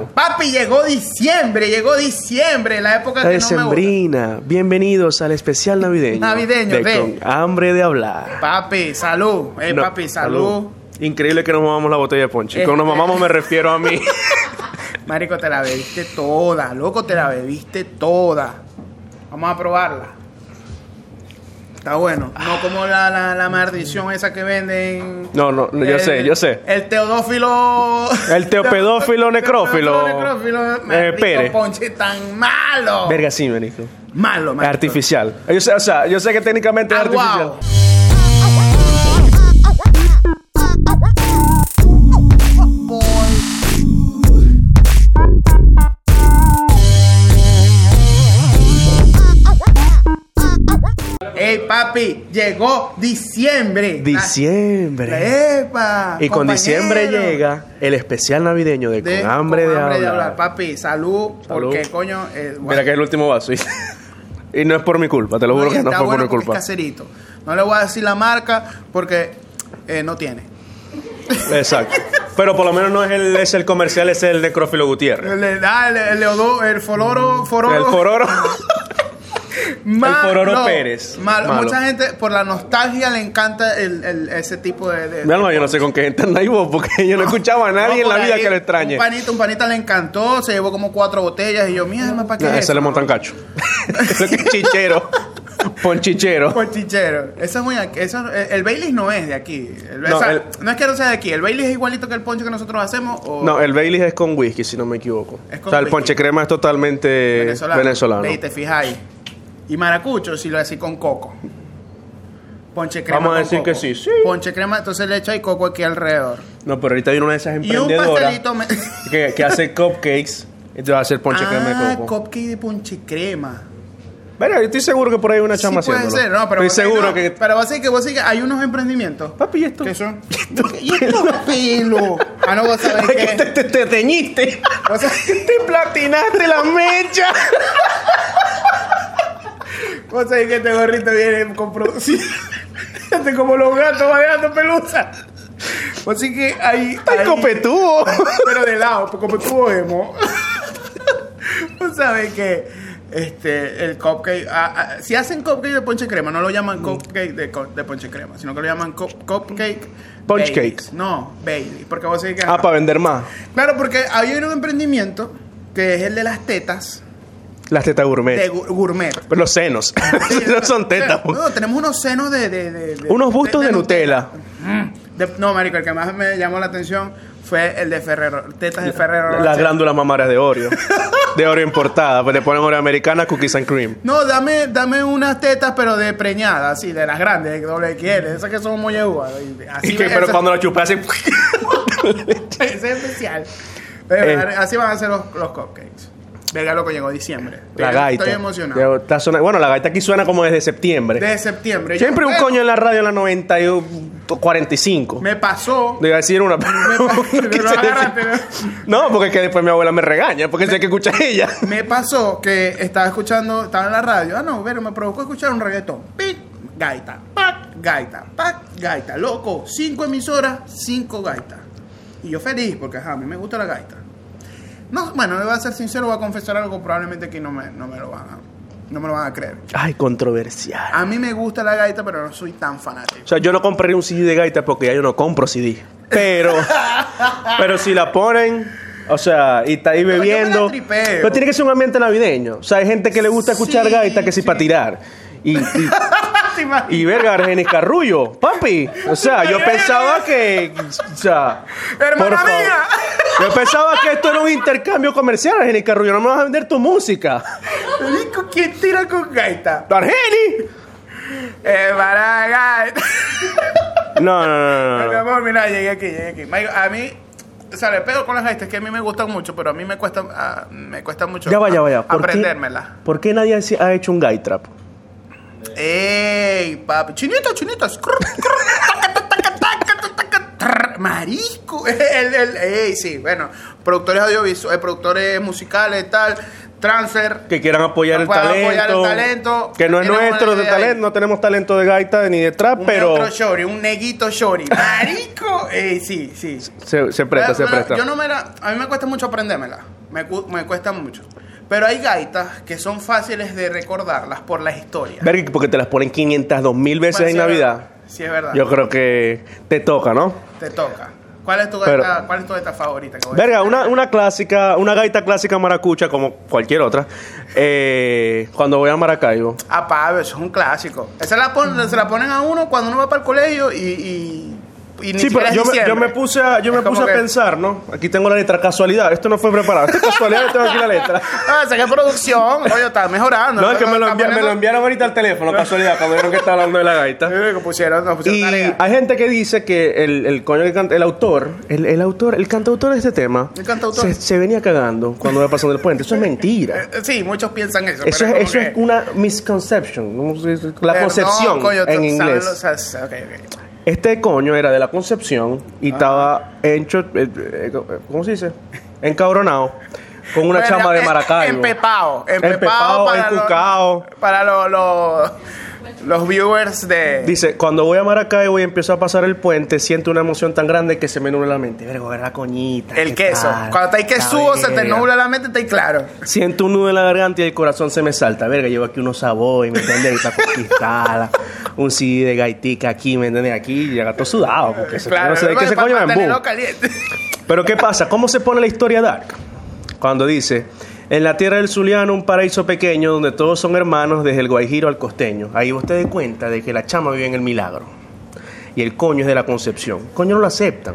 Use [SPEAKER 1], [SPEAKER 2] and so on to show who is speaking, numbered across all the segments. [SPEAKER 1] estamos.
[SPEAKER 2] Papi, llegó diciembre, llegó diciembre, la época
[SPEAKER 1] La
[SPEAKER 2] que no me gusta.
[SPEAKER 1] decembrina. Bienvenidos al especial navideño.
[SPEAKER 2] Navideño,
[SPEAKER 1] de
[SPEAKER 2] ve.
[SPEAKER 1] Con hambre de hablar.
[SPEAKER 2] Papi, salud. Eh,
[SPEAKER 1] No,
[SPEAKER 2] papi, salud.
[SPEAKER 1] Increíble que nos mamamos la botella de ponche. Y
[SPEAKER 2] Eh,
[SPEAKER 1] Con nos
[SPEAKER 2] eh.
[SPEAKER 1] mamamos me refiero a mí.
[SPEAKER 2] Marico, te la bebiste toda, loco, te la bebiste toda. Vamos a probarla. Está bueno. No como la, la, la maldición esa que venden.
[SPEAKER 1] Ah. No, no, no, yo
[SPEAKER 2] El-
[SPEAKER 1] sé, yo sé.
[SPEAKER 2] El teodófilo.
[SPEAKER 1] El teopedófilo necrófilo.
[SPEAKER 2] necrófilo.
[SPEAKER 1] Eh,
[SPEAKER 2] maldito
[SPEAKER 1] Pérez.
[SPEAKER 2] ponche tan malo.
[SPEAKER 1] Verga, sí, marico.
[SPEAKER 2] Malo, marico.
[SPEAKER 1] Artificial. Yo sé, o sea, yo sé que técnicamente es
[SPEAKER 2] Ah,
[SPEAKER 1] artificial.
[SPEAKER 2] Aguao. Ey, papi, llegó diciembre.
[SPEAKER 1] Diciembre.
[SPEAKER 2] La- Epa, eh,
[SPEAKER 1] Y con
[SPEAKER 2] compañero.
[SPEAKER 1] diciembre llega el especial navideño de,
[SPEAKER 2] De-
[SPEAKER 1] Con hambre,
[SPEAKER 2] con
[SPEAKER 1] de,
[SPEAKER 2] hambre
[SPEAKER 1] hablar.
[SPEAKER 2] Papi, salud, porque
[SPEAKER 1] Salud.
[SPEAKER 2] coño. eh, bueno.
[SPEAKER 1] Mira que es el último vaso. Y, y no es por mi culpa, te lo juro
[SPEAKER 2] y
[SPEAKER 1] que no
[SPEAKER 2] está
[SPEAKER 1] fue
[SPEAKER 2] bueno
[SPEAKER 1] por mi
[SPEAKER 2] porque
[SPEAKER 1] culpa.
[SPEAKER 2] Es caserito. No le voy a decir la marca porque eh, no tiene.
[SPEAKER 1] Exacto. Pero por lo menos no es el, es el comercial, es el necrófilo Gutiérrez.
[SPEAKER 2] Le da el, el Leodoro- el Fororo, Fororo.
[SPEAKER 1] Mm. El fororo.
[SPEAKER 2] Malo,
[SPEAKER 1] Fororo Pérez.
[SPEAKER 2] malo.
[SPEAKER 1] Malo.
[SPEAKER 2] Mucha gente, por la nostalgia, le encanta el- el- ese tipo de. de-
[SPEAKER 1] Mi alma, yo no sé con qué gente andáis vos, porque yo no escuchaba a nadie
[SPEAKER 2] No,
[SPEAKER 1] en la
[SPEAKER 2] por
[SPEAKER 1] vida
[SPEAKER 2] ahí,
[SPEAKER 1] que lo extrañe.
[SPEAKER 2] Un panita, un panita le encantó, se llevó como cuatro botellas y yo, mi alma, ¿para qué?
[SPEAKER 1] Nah,
[SPEAKER 2] es
[SPEAKER 1] Ah, ese
[SPEAKER 2] eso?
[SPEAKER 1] le montan cacho. Eso que es chichero. Pon chichero.
[SPEAKER 2] Por chichero. Eso es muy aquí- eso- el, el Baileys no es de aquí. El-
[SPEAKER 1] No,
[SPEAKER 2] o sea,
[SPEAKER 1] el-
[SPEAKER 2] no es que no sea de aquí. El Baileys es igualito que el poncho que nosotros hacemos. o-
[SPEAKER 1] No, el Baileys es con whisky, si no me equivoco.
[SPEAKER 2] Es
[SPEAKER 1] O
[SPEAKER 2] con
[SPEAKER 1] sea, el
[SPEAKER 2] whisky.
[SPEAKER 1] ponche crema es totalmente venezolano.
[SPEAKER 2] Ve, y te fijáis. Y maracucho, si lo decís con coco. Ponche crema.
[SPEAKER 1] Vamos a
[SPEAKER 2] con
[SPEAKER 1] decir
[SPEAKER 2] coco.
[SPEAKER 1] que sí, sí.
[SPEAKER 2] Ponche crema, entonces le echáis coco aquí alrededor.
[SPEAKER 1] No, pero ahorita hay una de esas
[SPEAKER 2] Y un
[SPEAKER 1] emprendedoras
[SPEAKER 2] pastelito. me-
[SPEAKER 1] que, que hace cupcakes. Entonces va a hacer ponche crema
[SPEAKER 2] ah,
[SPEAKER 1] de coco.
[SPEAKER 2] cupcake de ponche crema.
[SPEAKER 1] Bueno, yo estoy seguro que por ahí hay una
[SPEAKER 2] Sí
[SPEAKER 1] chama
[SPEAKER 2] puede
[SPEAKER 1] haciéndolo.
[SPEAKER 2] ser, no, pero vos
[SPEAKER 1] estoy
[SPEAKER 2] sabés,
[SPEAKER 1] seguro
[SPEAKER 2] no,
[SPEAKER 1] que...
[SPEAKER 2] Pero vos sabés que vos sabés que hay unos emprendimientos.
[SPEAKER 1] Papi, ¿y esto?
[SPEAKER 2] ¿Qué son? ¿Y estos pelos? Ah, no, vos sabés
[SPEAKER 1] Ay, que
[SPEAKER 2] que...
[SPEAKER 1] te, te, te teñiste.
[SPEAKER 2] vos sabés-
[SPEAKER 1] te platinaste la mecha.
[SPEAKER 2] Vos sabés que este gorrito viene con producción. Este como los gatos va dejando pelusa. Vos sabés que hay.
[SPEAKER 1] Te
[SPEAKER 2] hay-
[SPEAKER 1] copetudo.
[SPEAKER 2] Pero de lado, porque como tú emo. Vos sabés que este, el cupcake. ah, ah, si hacen cupcake de ponche crema, no lo llaman
[SPEAKER 1] Mm.
[SPEAKER 2] cupcake de, co- de ponche crema, sino que lo llaman cup- cupcake.
[SPEAKER 1] Punch
[SPEAKER 2] Baileys.
[SPEAKER 1] cakes.
[SPEAKER 2] No, Bailey. Porque vos sabés que.
[SPEAKER 1] Ah, para vender más.
[SPEAKER 2] Claro, porque hay un emprendimiento que es el de las tetas
[SPEAKER 1] Las tetas gourmet.
[SPEAKER 2] de gu- gourmet.
[SPEAKER 1] Pero los senos. no son tetas. po.
[SPEAKER 2] No, tenemos unos Ah, senos de. de- de- de-
[SPEAKER 1] Unos bustos de, Nutella.
[SPEAKER 2] De- no, Marico, el que más me llamó la atención fue el de Ferrero. Tetas de Ferrero.
[SPEAKER 1] Las
[SPEAKER 2] Rocher.
[SPEAKER 1] glándulas mamarias de Oreo. de Oreo importada. Pues le ponen Oreo americana, cookies and cream.
[SPEAKER 2] No, dame, dame unas tetas, pero de preñadas, así, de las grandes, de doble XL, esas que son muy agudas. y Así
[SPEAKER 1] Y que,
[SPEAKER 2] va-
[SPEAKER 1] pero
[SPEAKER 2] esa-
[SPEAKER 1] cuando la chupé así...
[SPEAKER 2] ese es especial. Pero
[SPEAKER 1] Eh.
[SPEAKER 2] así van a ser los, los cupcakes. Verga, loco, llegó diciembre.
[SPEAKER 1] la
[SPEAKER 2] Estoy-
[SPEAKER 1] gaita.
[SPEAKER 2] Estoy emocionado.
[SPEAKER 1] Ya está sona- Bueno, la gaita aquí suena como desde septiembre.
[SPEAKER 2] De septiembre.
[SPEAKER 1] Siempre
[SPEAKER 2] Yo-
[SPEAKER 1] un
[SPEAKER 2] bueno,
[SPEAKER 1] coño en la radio en la 90 y un 45.
[SPEAKER 2] Me pasó.
[SPEAKER 1] Le iba a decir una, pero no
[SPEAKER 2] me-
[SPEAKER 1] quise
[SPEAKER 2] lo agarraste,
[SPEAKER 1] decir. No, porque es que después mi abuela me regaña, porque sé que escucha ella.
[SPEAKER 2] Me pasó que estaba escuchando, estaba en la radio. Ah, no, pero me provocó escuchar un reggaetón. Pic, gaita, pac, gaita, pac, gaita. Loco, cinco emisoras, cinco gaitas. Y yo feliz porque ajá, a mí me gusta la gaita. No, bueno, le voy a ser sincero, voy a confesar algo probablemente que no me, no me lo van a, no me lo van a creer.
[SPEAKER 1] Ay, controversial.
[SPEAKER 2] A mí me gusta la gaita, pero no soy tan fanático.
[SPEAKER 1] O sea, yo no compré un CD de gaita porque ya yo no compro CD. Pero, pero si la ponen, o sea, y está ahí
[SPEAKER 2] Pero yo me la
[SPEAKER 1] bebiendo.
[SPEAKER 2] tripeo.
[SPEAKER 1] Pero tiene que ser un ambiente navideño. O sea, hay gente que le gusta escuchar
[SPEAKER 2] Sí,
[SPEAKER 1] gaita que sí,
[SPEAKER 2] sí.
[SPEAKER 1] para tirar. Y, y,
[SPEAKER 2] ¿Te imaginas?
[SPEAKER 1] y verga, Argenis Carrullo, papi. O sea, yo pensaba que. O sea.
[SPEAKER 2] Hermana
[SPEAKER 1] por favor.
[SPEAKER 2] mía.
[SPEAKER 1] Yo pensaba que esto era un intercambio comercial, Argenis Carrullo. No me vas a vender tu música.
[SPEAKER 2] Marico, ¿Quién tira con gaita?
[SPEAKER 1] ¡Argenis!
[SPEAKER 2] Eh, para gaita.
[SPEAKER 1] No, no,
[SPEAKER 2] Ay,
[SPEAKER 1] no, no,
[SPEAKER 2] mi
[SPEAKER 1] no.
[SPEAKER 2] amor, mira, llegué aquí, llegué aquí. Marico, a mí, o sea, el pedo con las gaitas es que a mí me gustan mucho, pero a mí me cuesta, ah, me cuesta mucho
[SPEAKER 1] Ya vaya,
[SPEAKER 2] a-
[SPEAKER 1] vaya. ¿Por qué-
[SPEAKER 2] aprendérmela.
[SPEAKER 1] ¿Por qué nadie ha ha hecho un guy trap?
[SPEAKER 2] ¡Ey, papi! ¡Chinitos, chinitos! Crrr, crrr, taca, taca, taca, taca, taca, trrr. ¡Marico! El, el- ¡Ey, sí! Bueno, productores audiovisuales, eh, productores musicales, tal, transfer.
[SPEAKER 1] Que quieran apoyar, el,
[SPEAKER 2] Puedan
[SPEAKER 1] talento,
[SPEAKER 2] apoyar el talento.
[SPEAKER 1] Que no es
[SPEAKER 2] Tenemos
[SPEAKER 1] nuestro
[SPEAKER 2] una
[SPEAKER 1] de
[SPEAKER 2] idea ahí.
[SPEAKER 1] talento. No tenemos talento de gaita ni de trap,
[SPEAKER 2] Un
[SPEAKER 1] pero.
[SPEAKER 2] neutro shorty, un neguito shorty. ¡Marico! eh, sí, sí.
[SPEAKER 1] Se, se presta,
[SPEAKER 2] Pero,
[SPEAKER 1] se
[SPEAKER 2] pero
[SPEAKER 1] presta.
[SPEAKER 2] Yo no me la- a mí me cuesta mucho aprendérmela. Me, cu- me cuesta mucho. Pero hay gaitas que son fáciles de recordarlas por la historia.
[SPEAKER 1] Verga, porque te las ponen 502 mil veces
[SPEAKER 2] Bueno,
[SPEAKER 1] en
[SPEAKER 2] sí es
[SPEAKER 1] Navidad.
[SPEAKER 2] verdad. Sí, es verdad.
[SPEAKER 1] Yo creo que te toca, ¿no?
[SPEAKER 2] Te toca. ¿Cuál es tu
[SPEAKER 1] Pero-
[SPEAKER 2] gaita, cuál es tu gaita favorita? que voy a
[SPEAKER 1] Verga,
[SPEAKER 2] decir?
[SPEAKER 1] una, una clásica, una gaita clásica maracucha como cualquier otra. eh, cuando voy a Maracaibo.
[SPEAKER 2] Ah, Pablo, eso es un clásico. Esa la pon- se la ponen a uno cuando uno va para el colegio y. y, y ni
[SPEAKER 1] Sí,
[SPEAKER 2] siquiera
[SPEAKER 1] pero
[SPEAKER 2] es
[SPEAKER 1] yo me, yo
[SPEAKER 2] diciembre.
[SPEAKER 1] me puse a, yo
[SPEAKER 2] Es
[SPEAKER 1] me
[SPEAKER 2] como
[SPEAKER 1] puse a
[SPEAKER 2] que-
[SPEAKER 1] pensar, ¿no? Aquí tengo la letra, casualidad. Esto no fue preparado. Esta es casualidad, yo tengo aquí la letra.
[SPEAKER 2] Ah, saqué producción. Oye, está mejorando.
[SPEAKER 1] No, es que me lo,
[SPEAKER 2] Está
[SPEAKER 1] envi- me lo
[SPEAKER 2] poniendo-
[SPEAKER 1] enviaron ahorita al teléfono, casualidad, cuando vieron que estaba hablando de la gaita.
[SPEAKER 2] Eh, que pusieron, nos pusieron
[SPEAKER 1] Y
[SPEAKER 2] tarea.
[SPEAKER 1] hay gente que dice que el, el coño que canta, el autor, el, el autor, el cantautor de este tema,
[SPEAKER 2] El cantautor.
[SPEAKER 1] Se, se venía cagando cuando iba pasando el puente. Eso es mentira.
[SPEAKER 2] Eh, Sí, muchos piensan eso.
[SPEAKER 1] Eso,
[SPEAKER 2] pero
[SPEAKER 1] es,
[SPEAKER 2] como
[SPEAKER 1] eso es
[SPEAKER 2] que-
[SPEAKER 1] una misconception, ¿cómo se dice? la
[SPEAKER 2] Perdón,
[SPEAKER 1] concepción
[SPEAKER 2] coño,
[SPEAKER 1] en
[SPEAKER 2] tú
[SPEAKER 1] inglés.
[SPEAKER 2] sabes lo- o sea, Ah. ok, ok.
[SPEAKER 1] Este coño era de la Concepción y estaba hecho, eh, eh, ¿cómo se dice? Encabronado con una
[SPEAKER 2] Bueno,
[SPEAKER 1] chama de
[SPEAKER 2] em-
[SPEAKER 1] Maracaibo.
[SPEAKER 2] Empepao.
[SPEAKER 1] Empepao,
[SPEAKER 2] Empepao para los-
[SPEAKER 1] encucao.
[SPEAKER 2] Para los, los, los viewers de.
[SPEAKER 1] Dice, cuando voy a Maracaibo y empiezo a pasar el puente, siento una emoción tan grande que se me nubla la mente. Vergo, ver la coñita.
[SPEAKER 2] el
[SPEAKER 1] ¿qué
[SPEAKER 2] queso.
[SPEAKER 1] tal?
[SPEAKER 2] Cuando estáis
[SPEAKER 1] La
[SPEAKER 2] quesudo, se te
[SPEAKER 1] verga.
[SPEAKER 2] nubla la mente, estáis claro.
[SPEAKER 1] Siento un nudo en la garganta y el corazón se me salta. Verga, llevo aquí unos sabores, ¿me entiendes? Está conquistada. Un CD de gaitica aquí, ¿me entiendes? Aquí llega todo sudado. Porque se-
[SPEAKER 2] claro,
[SPEAKER 1] no sé de qué
[SPEAKER 2] bueno,
[SPEAKER 1] se
[SPEAKER 2] para
[SPEAKER 1] coño me
[SPEAKER 2] mantenerlo caliente.
[SPEAKER 1] Pero ¿qué pasa? ¿Cómo se pone la historia dark? Cuando dice, en la tierra del Zuliano, un paraíso pequeño donde todos son hermanos, desde el guajiro al costeño. Ahí usted da cuenta de que la chama vive en el milagro. Y el coño es de la Concepción. Coño no lo aceptan.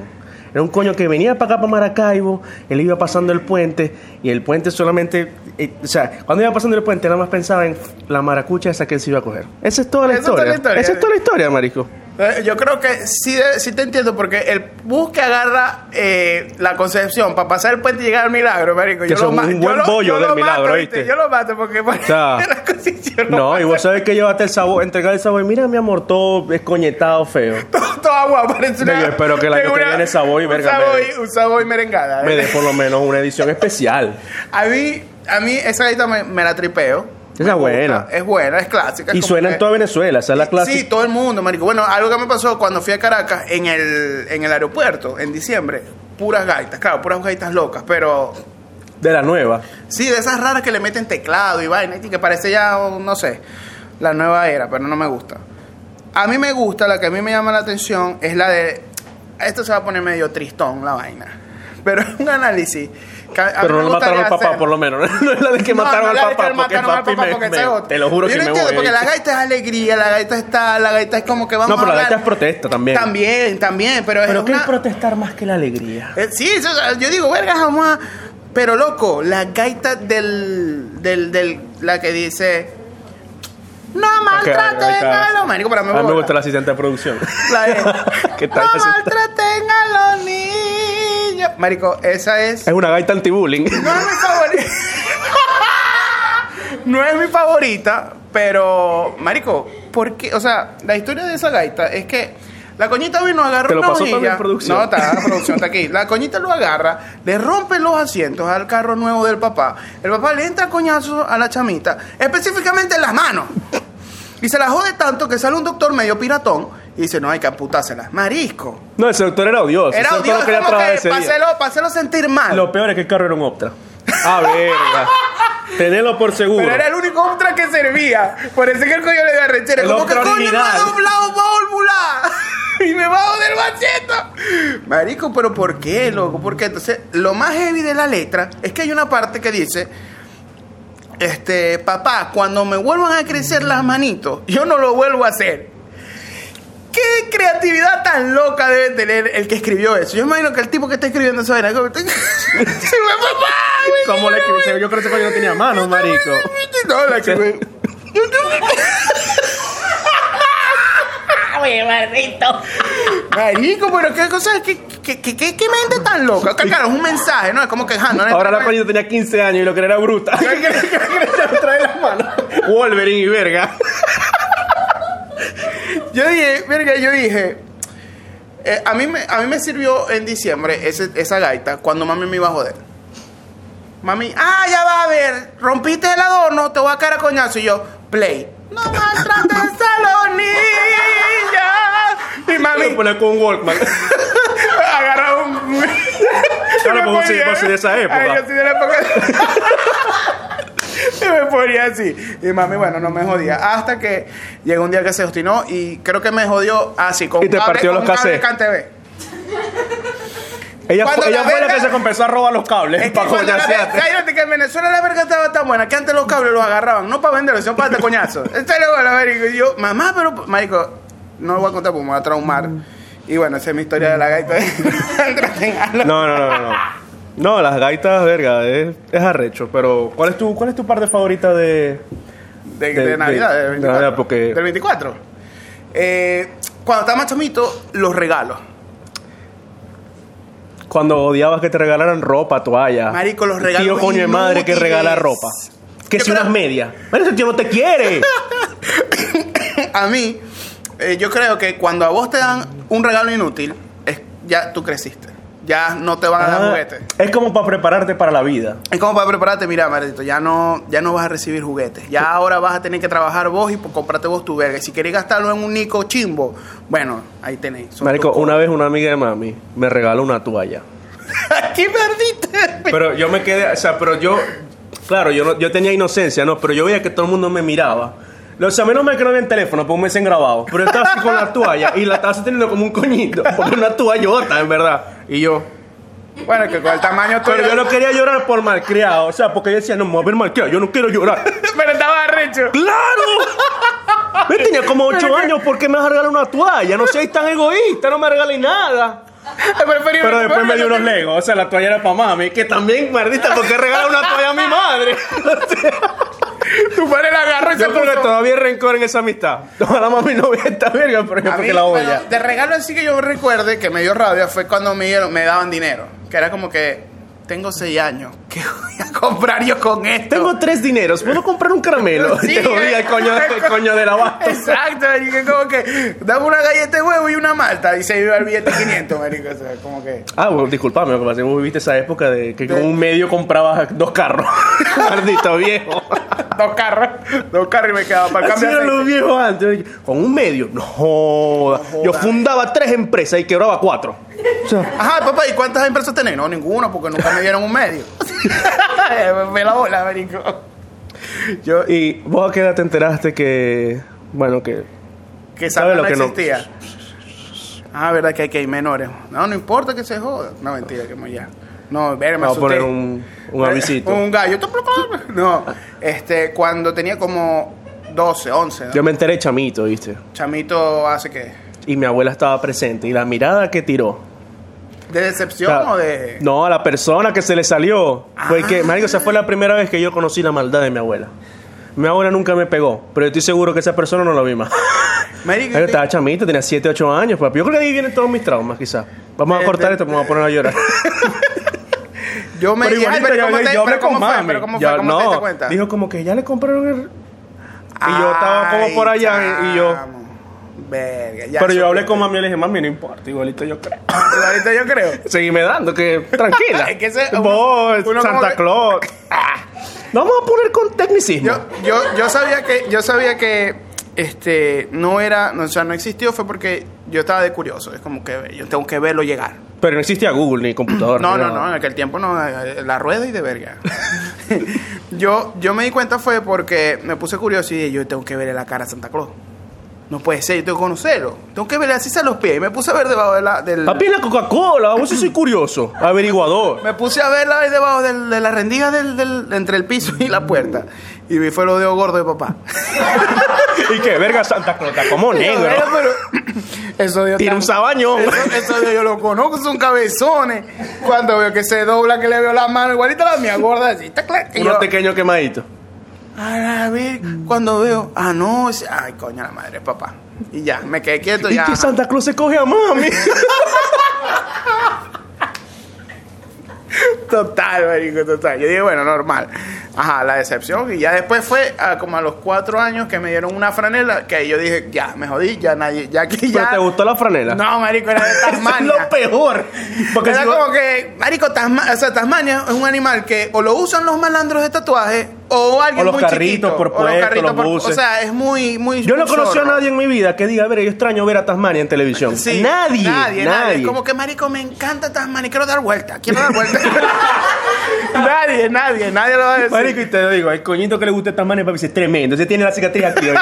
[SPEAKER 1] Era un coño que venía para acá, para Maracaibo, él iba pasando el puente, y el puente solamente... eh, o sea, cuando iba pasando el puente, nada más pensaba en la maracucha esa que él se iba a coger. Esa es toda la
[SPEAKER 2] Esa es toda
[SPEAKER 1] historia.
[SPEAKER 2] la historia.
[SPEAKER 1] Esa es toda la historia, marico.
[SPEAKER 2] Eh, Yo creo que sí, de- sí te entiendo, porque el bus que agarra eh, la concepción para pasar el puente y llegar al milagro, marico.
[SPEAKER 1] Que
[SPEAKER 2] Yo lo
[SPEAKER 1] son
[SPEAKER 2] ma-
[SPEAKER 1] un
[SPEAKER 2] yo
[SPEAKER 1] buen
[SPEAKER 2] lo- yo
[SPEAKER 1] bollo
[SPEAKER 2] lo
[SPEAKER 1] del
[SPEAKER 2] mato,
[SPEAKER 1] milagro,
[SPEAKER 2] ¿viste?
[SPEAKER 1] ¿oíste?
[SPEAKER 2] Yo lo mato porque
[SPEAKER 1] sea,
[SPEAKER 2] la Concepción lo
[SPEAKER 1] No, y
[SPEAKER 2] pasa.
[SPEAKER 1] vos sabés que llevaste el sabor, entregar el sabor. Mira, mi amor, todo escoñetado, feo.
[SPEAKER 2] todo, todo agua parece una.
[SPEAKER 1] Yo espero que el año
[SPEAKER 2] tengo
[SPEAKER 1] que
[SPEAKER 2] una-
[SPEAKER 1] viene Savoy,
[SPEAKER 2] un
[SPEAKER 1] verga,
[SPEAKER 2] Savoy-
[SPEAKER 1] me dé.
[SPEAKER 2] Un Savoy merengada.
[SPEAKER 1] Me
[SPEAKER 2] ¿eh?
[SPEAKER 1] des por lo menos una edición especial.
[SPEAKER 2] A mí, a mí esa gaita me, me la tripeo.
[SPEAKER 1] Esa
[SPEAKER 2] Me
[SPEAKER 1] es buena.
[SPEAKER 2] gusta, Es buena, es clásica.
[SPEAKER 1] Y
[SPEAKER 2] es como
[SPEAKER 1] suena en
[SPEAKER 2] que-
[SPEAKER 1] toda Venezuela, esa es la
[SPEAKER 2] Sí,
[SPEAKER 1] clase.
[SPEAKER 2] todo el mundo, marico. Bueno, algo que me pasó cuando fui a Caracas en el, en el aeropuerto en diciembre. Puras gaitas, claro, puras gaitas locas, pero
[SPEAKER 1] De la nueva.
[SPEAKER 2] sí, de esas raras que le meten teclado y vaina, y que parece ya, oh, no sé, la nueva era, pero no me gusta. A mí me gusta, la que a mí me llama la atención es la de. Esto se va a poner medio tristón la vaina, pero es un análisis. que a- a mí
[SPEAKER 1] Pero
[SPEAKER 2] me
[SPEAKER 1] no mataron al
[SPEAKER 2] gustaría
[SPEAKER 1] papá,
[SPEAKER 2] hacer.
[SPEAKER 1] por lo menos. No es la de que
[SPEAKER 2] No,
[SPEAKER 1] mataron
[SPEAKER 2] no la de
[SPEAKER 1] al
[SPEAKER 2] que
[SPEAKER 1] papá. Porque
[SPEAKER 2] mataron al
[SPEAKER 1] papi
[SPEAKER 2] papá
[SPEAKER 1] me-
[SPEAKER 2] porque,
[SPEAKER 1] me-
[SPEAKER 2] ¿sabes?
[SPEAKER 1] Te lo juro
[SPEAKER 2] Yo
[SPEAKER 1] que
[SPEAKER 2] no
[SPEAKER 1] me
[SPEAKER 2] entiendo,
[SPEAKER 1] voy.
[SPEAKER 2] porque la gaita es alegría, la gaita está, la gaita es como que vamos
[SPEAKER 1] No, pero
[SPEAKER 2] a
[SPEAKER 1] la
[SPEAKER 2] hablar.
[SPEAKER 1] gaita es protesta también.
[SPEAKER 2] También, también, pero, es
[SPEAKER 1] Pero ¿qué
[SPEAKER 2] una...
[SPEAKER 1] es protestar más que la alegría?
[SPEAKER 2] Eh, Sí, eso- yo digo, verga, vamos a... Pero loco, la gaita del, del, del, la que dice... No maltraten
[SPEAKER 1] ahí está.
[SPEAKER 2] a los marico, para mí
[SPEAKER 1] A mí me
[SPEAKER 2] bola.
[SPEAKER 1] gusta la asistente de producción.
[SPEAKER 2] La de,
[SPEAKER 1] ¿Qué tal?
[SPEAKER 2] no maltraten a los niños. Marico, esa es...
[SPEAKER 1] Es una gaita anti-bullying.
[SPEAKER 2] No es mi favorita. no es mi favorita, pero, marico, ¿por qué? O sea, la historia de esa gaita es que la coñita vino, agarra
[SPEAKER 1] Te lo
[SPEAKER 2] una
[SPEAKER 1] pasó también
[SPEAKER 2] hojilla.
[SPEAKER 1] producción.
[SPEAKER 2] No, está, la producción está aquí. La coñita lo agarra, le rompe los asientos al carro nuevo del papá. El papá le entra coñazo a la chamita, específicamente en las manos. Y se la jode tanto que sale un doctor medio piratón y dice, no, hay que amputárselas. Marisco.
[SPEAKER 1] No, ese doctor era odioso.
[SPEAKER 2] Era
[SPEAKER 1] ese doctor
[SPEAKER 2] odioso,
[SPEAKER 1] no quería
[SPEAKER 2] como
[SPEAKER 1] trabajar
[SPEAKER 2] que
[SPEAKER 1] ese día.
[SPEAKER 2] paselo, paselo sentir mal.
[SPEAKER 1] Lo peor es que el carro era un Optra. Ah, verga. Tenelo por seguro.
[SPEAKER 2] Pero era el único Optra que servía. Por eso es que el coño le dio arrechera.
[SPEAKER 1] El
[SPEAKER 2] Como que
[SPEAKER 1] Optra
[SPEAKER 2] coño me ha
[SPEAKER 1] original.
[SPEAKER 2] doblado válvula. y me va a joder el machito. Marico, pero ¿por qué, loco? Porque entonces lo más heavy de la letra es que hay una parte que dice. Este, papá, cuando me vuelvan a crecer las manitos, yo no lo vuelvo a hacer. ¿Qué creatividad tan loca debe tener el que escribió eso? Yo imagino que el tipo que está escribiendo eso era como... "Se me- papá, güey,
[SPEAKER 1] ¿Cómo le escribió? Yo creo que ese coño no tenía manos, marico.
[SPEAKER 2] no, la que me-
[SPEAKER 3] Oye, Marcito.
[SPEAKER 2] Marico, pero qué cosa, qué, qué, qué, qué- qué mente tan loca. Que, claro, es un mensaje, ¿no? Es como que, ah, no, no,
[SPEAKER 1] Ahora
[SPEAKER 2] no,
[SPEAKER 1] la coñita tenía 15 años y lo que era bruta.
[SPEAKER 2] ¿Qué crees que- qué crees que me trae las manos?
[SPEAKER 1] Wolverine y verga.
[SPEAKER 2] Yo dije, verga, yo dije. eh, a, mí me, a mí me sirvió en diciembre ese- esa gaita cuando mami me iba a joder. Mami, ah, ya va a ver, rompiste el adorno, te voy a caer a coñazo. Y yo, play. No maltrates a los niños. Y mami,
[SPEAKER 1] poner con un Walkman. vos sí-
[SPEAKER 2] ponía-
[SPEAKER 1] vos sí de esa época.
[SPEAKER 2] Ay, yo soy de la época. Y me ponía así. Y mami, bueno, no me jodía. Hasta que llegó un día que se obstinó y creo que me jodió así con
[SPEAKER 1] Y te
[SPEAKER 2] cable-
[SPEAKER 1] partió
[SPEAKER 2] con
[SPEAKER 1] los
[SPEAKER 2] cable
[SPEAKER 1] cassettes.
[SPEAKER 2] Can TV.
[SPEAKER 1] Ella,
[SPEAKER 2] Cuando
[SPEAKER 1] fue, ella
[SPEAKER 2] la
[SPEAKER 1] fue la
[SPEAKER 2] verga-
[SPEAKER 1] que se comenzó a robar los cables
[SPEAKER 2] Es que,
[SPEAKER 1] para
[SPEAKER 2] cuando la
[SPEAKER 1] coñarse
[SPEAKER 2] verga- cállate que en Venezuela la verga estaba tan buena que antes los cables los agarraban, no para venderlos, sino para darte coñazo. Entonces luego la verga, y yo, mamá, pero, marico, no lo voy a contar porque me va a traumar.
[SPEAKER 1] Mm.
[SPEAKER 2] Y bueno, esa es mi historia de la gaita. Entretenganlo.
[SPEAKER 1] No, no, no, no. no. No, las gaitas, verga, es, es arrecho. Pero, ¿cuál es tu, cuál es tu parte favorita de...?
[SPEAKER 2] de,
[SPEAKER 1] De-
[SPEAKER 2] de
[SPEAKER 1] de-
[SPEAKER 2] Navidad, del
[SPEAKER 1] de
[SPEAKER 2] 24.
[SPEAKER 1] Navidad, porque-
[SPEAKER 2] Del 24. Eh, cuando estaba más chamito, los regalos.
[SPEAKER 1] Cuando odiabas que te regalaran ropa, toalla.
[SPEAKER 2] Marico, los regalos
[SPEAKER 1] Tío coño de madre que
[SPEAKER 2] inútiles.
[SPEAKER 1] regala ropa. Que
[SPEAKER 2] Yo
[SPEAKER 1] si
[SPEAKER 2] creo-
[SPEAKER 1] unas medias. Bueno, ese tío no te quiere.
[SPEAKER 2] a mí, eh, yo creo que cuando a vos te dan un regalo inútil, es, ya tú creciste. Ya no te van a dar
[SPEAKER 1] Ah,
[SPEAKER 2] juguetes.
[SPEAKER 1] es como para prepararte para la vida.
[SPEAKER 2] Es como para prepararte, mira, Maritito, ya no, ya no vas a recibir juguetes. Ya ahora vas a tener que trabajar vos y pues, comprarte vos tu verga. Y si querés gastarlo en un Nico chimbo, bueno, ahí tenéis. Son
[SPEAKER 1] Marico,
[SPEAKER 2] tus
[SPEAKER 1] una vez una amiga de mami me regaló una toalla.
[SPEAKER 2] cosas. ¿Qué perdiste?
[SPEAKER 1] Pero yo me quedé, o sea, pero yo, claro, yo, no- yo tenía inocencia, ¿no? Pero yo veía que todo el mundo me miraba. O sea, menos mal que no había el teléfono, pues, porque me hubiesen grabado. Pero yo estaba así con la toalla y la estaba sosteniendo como un coñito, como una toallota, en verdad. Y yo,
[SPEAKER 2] Bueno, que con el tamaño tuyo...
[SPEAKER 1] pero yo no quería llorar por malcriado, o sea, porque yo decía, no, me voy a ver malcriado, yo no quiero llorar.
[SPEAKER 2] Pero estaba arrecho.
[SPEAKER 1] ¡Claro! Yo tenía como 8 años, ¿por qué me vas a regalar una toalla? No seas tan egoísta, no me regalé nada. Pero después me dio unos legos, o sea, la toalla era para mami, que también, maldita, ¿por qué regala una toalla a mi madre?
[SPEAKER 2] Tu padre la agarró y se
[SPEAKER 1] Yo creo que
[SPEAKER 2] puso.
[SPEAKER 1] todavía hay rencor en esa amistad. Ojalá mami no vea esta verga, pero yo
[SPEAKER 2] A
[SPEAKER 1] porque
[SPEAKER 2] mí,
[SPEAKER 1] la
[SPEAKER 2] bueno,
[SPEAKER 1] olla.
[SPEAKER 2] de regalo así que yo recuerde que me dio rabia fue cuando me, dieron- me daban dinero. Que era como que, tengo seis años, ¿qué voy a comprar yo con esto?
[SPEAKER 1] Tengo tres dineros, ¿puedo comprar un caramelo?
[SPEAKER 2] Sí, eh,
[SPEAKER 1] Te jodía el coño, el coño de la bata.
[SPEAKER 2] Exacto, marico, es como que dame una galleta de huevo y una malta y se iba el billete 500, marico, o sea, como que
[SPEAKER 1] Ah, bueno, disculpame, lo que pasa es que vos viviste esa época de que con
[SPEAKER 2] De-
[SPEAKER 1] un medio comprabas dos carros. Maldito viejo.
[SPEAKER 2] dos carros, dos carros y me quedaba para el
[SPEAKER 1] Así
[SPEAKER 2] cambio. de
[SPEAKER 1] eran
[SPEAKER 2] aceite.
[SPEAKER 1] los viejos antes. Con un medio, no joda. Yo
[SPEAKER 2] joda.
[SPEAKER 1] fundaba tres empresas y quebraba cuatro. O sea,
[SPEAKER 2] Ajá, papá, ¿y cuántas empresas tenés? No, ninguna, porque nunca me dieron un medio. me la bola, marico. Yo,
[SPEAKER 1] y vos a qué edad te enteraste que, bueno, que
[SPEAKER 2] que sabe
[SPEAKER 1] ¿Sabe lo
[SPEAKER 2] no
[SPEAKER 1] que no?
[SPEAKER 2] existía. Ah, verdad que hay que hay menores. No, no importa que se joda. No, mentira, que me ya. No, ver, me
[SPEAKER 1] vamos a poner
[SPEAKER 2] asusté. Eh,
[SPEAKER 1] un, un avisito?
[SPEAKER 2] Un gallo. No, este, cuando tenía como 12, 11, ¿no?
[SPEAKER 1] Yo me enteré chamito, ¿viste?
[SPEAKER 2] chamito hace que...
[SPEAKER 1] Y mi abuela estaba presente. Y la mirada que tiró.
[SPEAKER 2] ¿De
[SPEAKER 1] o
[SPEAKER 2] decepción
[SPEAKER 1] sea,
[SPEAKER 2] o, de...?
[SPEAKER 1] No, a la persona que se le salió. Fue
[SPEAKER 2] Ah.
[SPEAKER 1] que, marico, esa fue la primera vez que yo conocí la maldad de mi abuela. Mi abuela nunca me pegó, pero yo estoy seguro que esa persona no la vi más.
[SPEAKER 2] Marico,
[SPEAKER 1] Yo
[SPEAKER 2] yo
[SPEAKER 1] estaba chamito, tenía 7, 8 años, papi. Yo creo que ahí vienen todos mis traumas, quizás. Vamos a
[SPEAKER 2] De-
[SPEAKER 1] cortar
[SPEAKER 2] de-
[SPEAKER 1] esto porque me voy a poner a llorar.
[SPEAKER 2] te- yo me
[SPEAKER 1] Pero
[SPEAKER 2] dije, ay,
[SPEAKER 1] igualito
[SPEAKER 2] pero
[SPEAKER 1] yo
[SPEAKER 2] ¿cómo
[SPEAKER 1] hablé-
[SPEAKER 2] te-
[SPEAKER 1] yo hablé
[SPEAKER 2] pero
[SPEAKER 1] con
[SPEAKER 2] cómo fue?
[SPEAKER 1] mami.
[SPEAKER 2] ¿Pero cómo
[SPEAKER 1] Ya,
[SPEAKER 2] fue? ¿Cómo te diste cuenta?
[SPEAKER 1] Dijo como que ya le compraron el... Y yo estaba como
[SPEAKER 2] Ay,
[SPEAKER 1] por allá y- y yo...
[SPEAKER 2] chamo. Verga, ya
[SPEAKER 1] Pero yo hablé
[SPEAKER 2] supiste.
[SPEAKER 1] con mami y le dije, mami, no importa, igualito yo creo.
[SPEAKER 2] Ahorita yo creo.
[SPEAKER 1] Seguime dando, que tranquila.
[SPEAKER 2] Es que ese- uno-
[SPEAKER 1] Vos,
[SPEAKER 2] uno como
[SPEAKER 1] Santa
[SPEAKER 2] que-
[SPEAKER 1] Claus. Ah. No vamos a poner con tecnicismo.
[SPEAKER 2] Yo, yo, yo sabía que, yo sabía que este no era, no, o sea, no existió, fue porque yo estaba de curioso. Es como que yo tengo que verlo llegar.
[SPEAKER 1] Pero no existía Google ni computador.
[SPEAKER 2] No,
[SPEAKER 1] ni
[SPEAKER 2] no,
[SPEAKER 1] nada.
[SPEAKER 2] no, en aquel tiempo no, eh, la rueda y de verga. yo, yo me di cuenta fue porque me puse curioso y dije, yo tengo que verle la cara a Santa Claus. No puede ser, yo tengo que conocerlo. Tengo que verle así a los pies. Y me puse a ver debajo de la, del.
[SPEAKER 1] Papi, la Coca-Cola, vos sí soy curioso, averiguador.
[SPEAKER 2] Me puse a verla ahí debajo del- de la rendija del, del- entre el piso y la puerta. Y vi fue lo de gordo de papá.
[SPEAKER 1] ¿Y qué? Verga Santa Claus, está como negro.
[SPEAKER 2] Pero, pero, eso Dios
[SPEAKER 1] Tiene un sabaño.
[SPEAKER 2] Eso, eso yo, yo lo conozco, son cabezones. Cuando veo que se dobla, que le veo la mano, igualita la mía gorda, así, tac, clac, y
[SPEAKER 1] Unos
[SPEAKER 2] yo,
[SPEAKER 1] pequeños quemaditos.
[SPEAKER 2] "Ah, A ver, cuando veo, ah, no, es- ay, coño, la madre, papá. Y ya, me quedé quieto,
[SPEAKER 1] ¿Y
[SPEAKER 2] ya.
[SPEAKER 1] que Santa Claus se coge a mami?
[SPEAKER 2] Total, marico, total. Yo dije, bueno, normal. Ajá, la decepción. Y ya después fue ah, como a los cuatro años que me dieron una franela, que ahí yo dije, ya, me jodí, ya nadie, ya que
[SPEAKER 1] ¿Pero
[SPEAKER 2] ya.
[SPEAKER 1] te gustó la franela?
[SPEAKER 2] No, marico, era de
[SPEAKER 1] Eso es
[SPEAKER 2] Tasmania.
[SPEAKER 1] lo peor. Porque
[SPEAKER 2] era
[SPEAKER 1] si vos-
[SPEAKER 2] como que, marico, Tasma- o sea, Tasmania es un animal que o lo usan los malandros de tatuaje O alguien
[SPEAKER 1] O los
[SPEAKER 2] muy
[SPEAKER 1] carritos
[SPEAKER 2] chiquito,
[SPEAKER 1] por
[SPEAKER 2] o
[SPEAKER 1] puesto, los
[SPEAKER 2] por-
[SPEAKER 1] buses.
[SPEAKER 2] O sea, es muy, muy.
[SPEAKER 1] Yo no
[SPEAKER 2] muy
[SPEAKER 1] conocí a
[SPEAKER 2] zorro.
[SPEAKER 1] nadie en mi vida que diga, a ver, yo extraño ver a Tasmania en televisión.
[SPEAKER 2] Sí.
[SPEAKER 1] nadie, nadie,
[SPEAKER 2] Es como que, marico, me encanta Tasmania, quiero dar vuelta, quiero dar vuelta. nadie, nadie, nadie lo va a decir.
[SPEAKER 1] Marico, y te lo digo, el coñito que le gusta Tasmania, papi, es tremendo. Ese tiene la cicatriz aquí, ¿oíste?